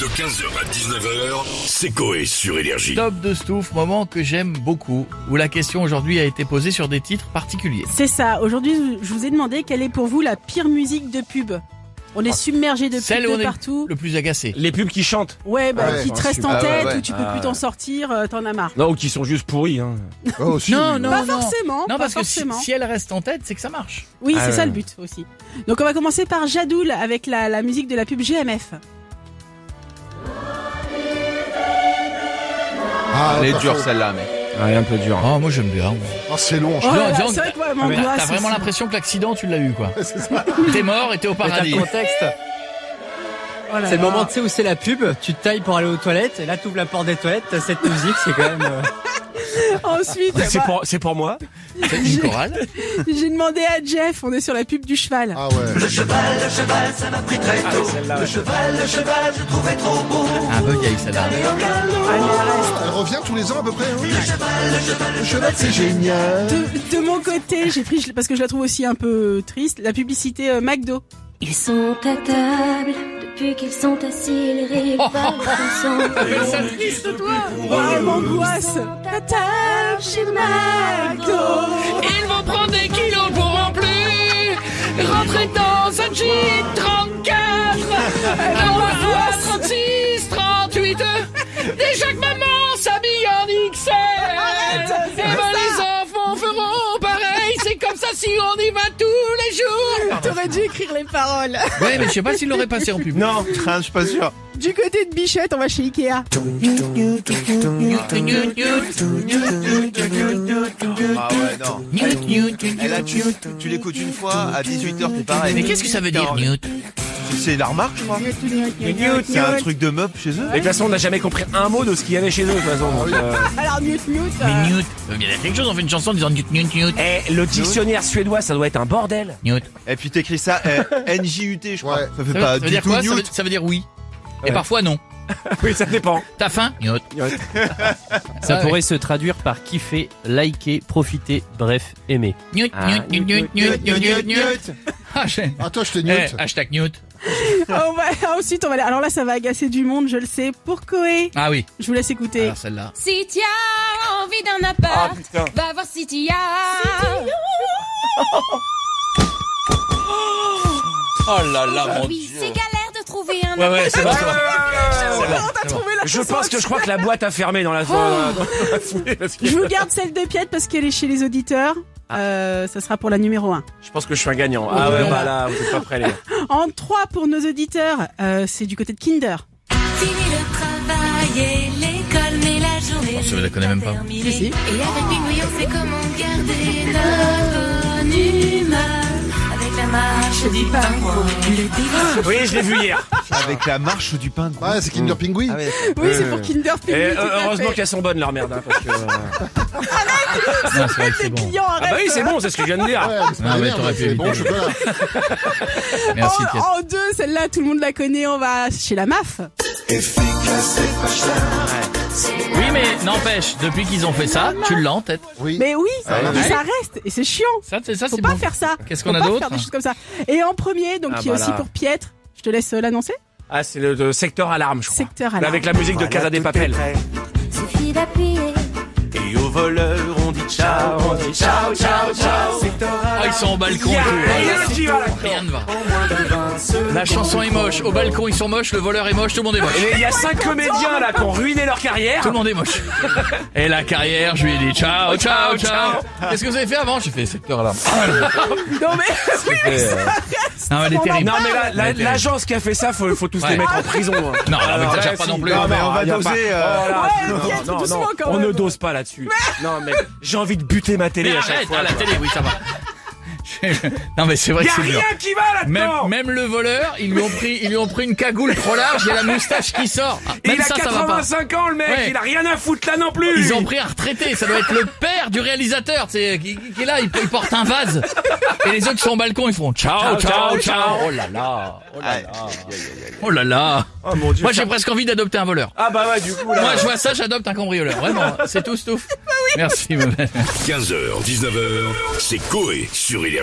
De 15h à 19h, c'est Coé sur Énergie. Top de Stouff, moment que j'aime beaucoup, où la question aujourd'hui a été posée sur des titres particuliers. C'est ça. Aujourd'hui, je vous ai demandé quelle est pour vous la pire musique de pub. On est submergé de Ah. Celle où pubs on de est partout. le plus agacé. Les pubs qui chantent. Ouais, bah, Ah ouais, qui te je reste suis- en ah ouais, tête, ouais. ou tu peux plus t'en sortir, euh, t'en as marre. Non, ou qui sont juste pourris. Hein. Oh, si, Non, oui, non, pas non. forcément. Non, pas parce que si, forcément. si elle reste en tête, c'est que ça marche. Oui, Ah c'est ouais. ça le but aussi. Donc on va commencer par Jadoul avec la, la musique de la pub GMF. Ah, Elle est pas dure faux. celle-là, mais. Ouais, un peu dur. Oh, moi j'aime bien. moi. Oh, c'est long. Oh je- Non, là là, disons bah, c'est que- vrai Ah, que moi, elle mais m'angoisse, T'as vraiment aussi. l'impression que l'accident, tu l'as eu, quoi. c'est ça. T'es mort et t'es au paradis. contexte. Oh là C'est le là. moment, tu sais, où c'est la pub, tu te tailles pour aller aux toilettes, et là, t'ouvres la porte des toilettes, t'as cette musique, c'est quand même... euh, Ensuite, C'est bah, pour, c'est pour moi. C'est une chorale. j'ai demandé à Jeff, on est sur la pub du cheval. Ah ouais. Un bug avec celle-là. Elle revient tous les ans à peu près. hein. Le cheval, c'est génial. De, de mon côté, j'ai pris, je- parce que je la trouve aussi un peu triste, la publicité euh, McDo. Ils sont à table depuis qu'ils sont assis, ils rivent ensemble. Ça triste, toi. Oh, elle m'angoisse Ta table chez McDo Ils vont prendre des kilos pour en plus Rentrer dans un jeep 34 Dans la voie 36, 38 Déjà que maman s'habille en XL Et ben les enfants feront pareil C'est comme ça si on y va tous les jours T'aurais dû écrire les paroles. Ouais, mais je sais pas s'il l'aurait passé en pub. Non, je suis pas sûr. Du côté de Bichette, on va chez Ikea. Ah ouais, non. Et là, tu, tu l'écoutes une fois, à 18h, t'es pareil. Mais qu'est-ce que ça veut dire, Non, Newt C'est la remarque, je crois. C'est un truc de meuf chez eux. Mais de toute façon, on n'a jamais compris un mot de ce qu'il y avait chez eux, de toute façon. donc, euh. Ah Alors, mute, mute. Mais Newt, euh, il y a quelque chose, on fait une chanson en disant Newt, Newt, Newt, Eh, le dictionnaire suédois, ça doit être un bordel. Newt. Et puis t'écris ça eh, NJUT, je crois. Ouais. Ça fait Ça veut, pas ça veut du dire tout quoi ça veut, Newt. ça veut dire oui. Et Ouais. parfois non. Oui, ça dépend. T'as faim Newt. Ça Ah ouais. pourrait se traduire par kiffer, liker, profiter, bref, aimer. Newt, Ah. Newt, Newt, Newt, Newt, Newt, Newt. Ah, j'ai- Ah, toi, je t'ai Eh, newt. hashtag Newt. On va- ensuite, on va aller. Alors là, ça va agacer du monde, je le sais. Pour Koé, Ah oui, je vous laisse écouter. alors celle-là. Si tu as envie d'un Ah, appart, putain. va voir si tu as. Oh là là, Oui, c'est galère de trouver un Ouais, Ah ouais, c'est bon, c'est bon. Oh, On t'a trouvé la Je chanson. pense que je crois que la boîte a fermé Oh. dans la dans la- foulée, parce que- Je vous garde celle de Piette parce qu'elle est chez les auditeurs. Euh, ça sera pour la numéro 1. Je pense que je suis un gagnant. Ah ouais, bah là, vous êtes pas prêts, les gars. En 3 pour nos auditeurs, euh, c'est du côté de Kinder. Fini le travail et l'école, mais la journée. Je n'est la connais même pas. terminée. Si, si. Et avec Pingouin, on sait comment garder notre bonne humeur. Avec la marche du pingouin, le délire. Oui, je l'ai vu hier. Avec la marche du pain. Ouais, c'est hmm. Kinder Pingui. Ah ouais. Oui, c'est pour Kinder Et Pingui, euh, tout à fait. heureusement qu'elles sont bonnes, leurs merdes. hein, parce que, euh, Non, c'est vrai que c'est Tes bon. clients, Ah bah arrête. oui, c'est bon, c'est ce que je viens de dire. Ouais, c'est Ah, pas mais merde, t'aurais pu c'est bon, éviter. je peux. Merci, en, Pierre. en deux, celle-là, tout le monde la connaît. On va chez la MAF. Oui, mais n'empêche, depuis qu'ils ont fait ça, tu l'as en tête. Oui. Mais oui, Ah ouais. et ça reste. Et c'est chiant. Ça, c'est ça, Faut c'est pas bon. faire ça. Qu'est-ce Faut qu'on a pas d'autre faire des choses comme ça. Et en premier, donc Ah, qui est bah aussi là. pour Pietre. Je te laisse euh, l'annoncer. Ah, c'est le, le secteur alarme, je crois. Secteur alarme. Avec la musique de Casa des Papel. Suffit d'appuyer. Et aux voleurs, on dit ciao, on dit ciao, ciao, ciao. Ah, ils sont au balcon. Yeah, Voilà. et j'y vais, là. Rien ne va. La chanson est moche. Au balcon, ils sont moches. Le voleur est moche. Tout le monde est moche. Et il y a cinq comédiens là qui ont ruiné leur carrière. Tout le monde est moche. Et la carrière, je lui ai dit ciao, ciao, ciao. Qu'est-ce que vous avez fait avant J'ai fait secteur alarme. Non mais oui, mais ça reste. Non, elle est On en terrible. Non mais parle. là, la- Ouais, t'es- l'agence qui a fait ça, faut, faut tous Ouais. les mettre en prison. hein. Non, on Ouais, n'exagère pas si. non plus. Non, mais on va y a doser, pas- euh, Oh là, Ouais, non, Pierre, non, doucement, non, quand on même. ne dose pas là-dessus. Non mais j'ai envie de buter ma télé Mais à chaque arrête, fois. à la télé, oui, ça va. Non, mais c'est vrai Y que a c'est dur. rien qui va Même, là-dedans. même le voleur, ils lui ont pris, ils lui ont pris une cagoule trop large et la moustache qui sort. Ah, Il Même a ça, ça va pas. 85 ans le mec, Ouais. il a rien à foutre là non plus. Ils ont pris un retraité, ça doit être le père du réalisateur, tu sais, qui, qui est là, il, il porte un vase. Et les autres qui sont au balcon, ils font ciao, ciao, ciao. Oh là là, oh là là. Oh mon dieu. Moi j'ai presque envie d'adopter un voleur. Ah bah ouais du coup là. Moi je vois ça, j'adopte un cambrioleur. Vraiment, c'est tout, tout. Merci, ma belle. 15h, 19h, c'est Coé sur Énergie.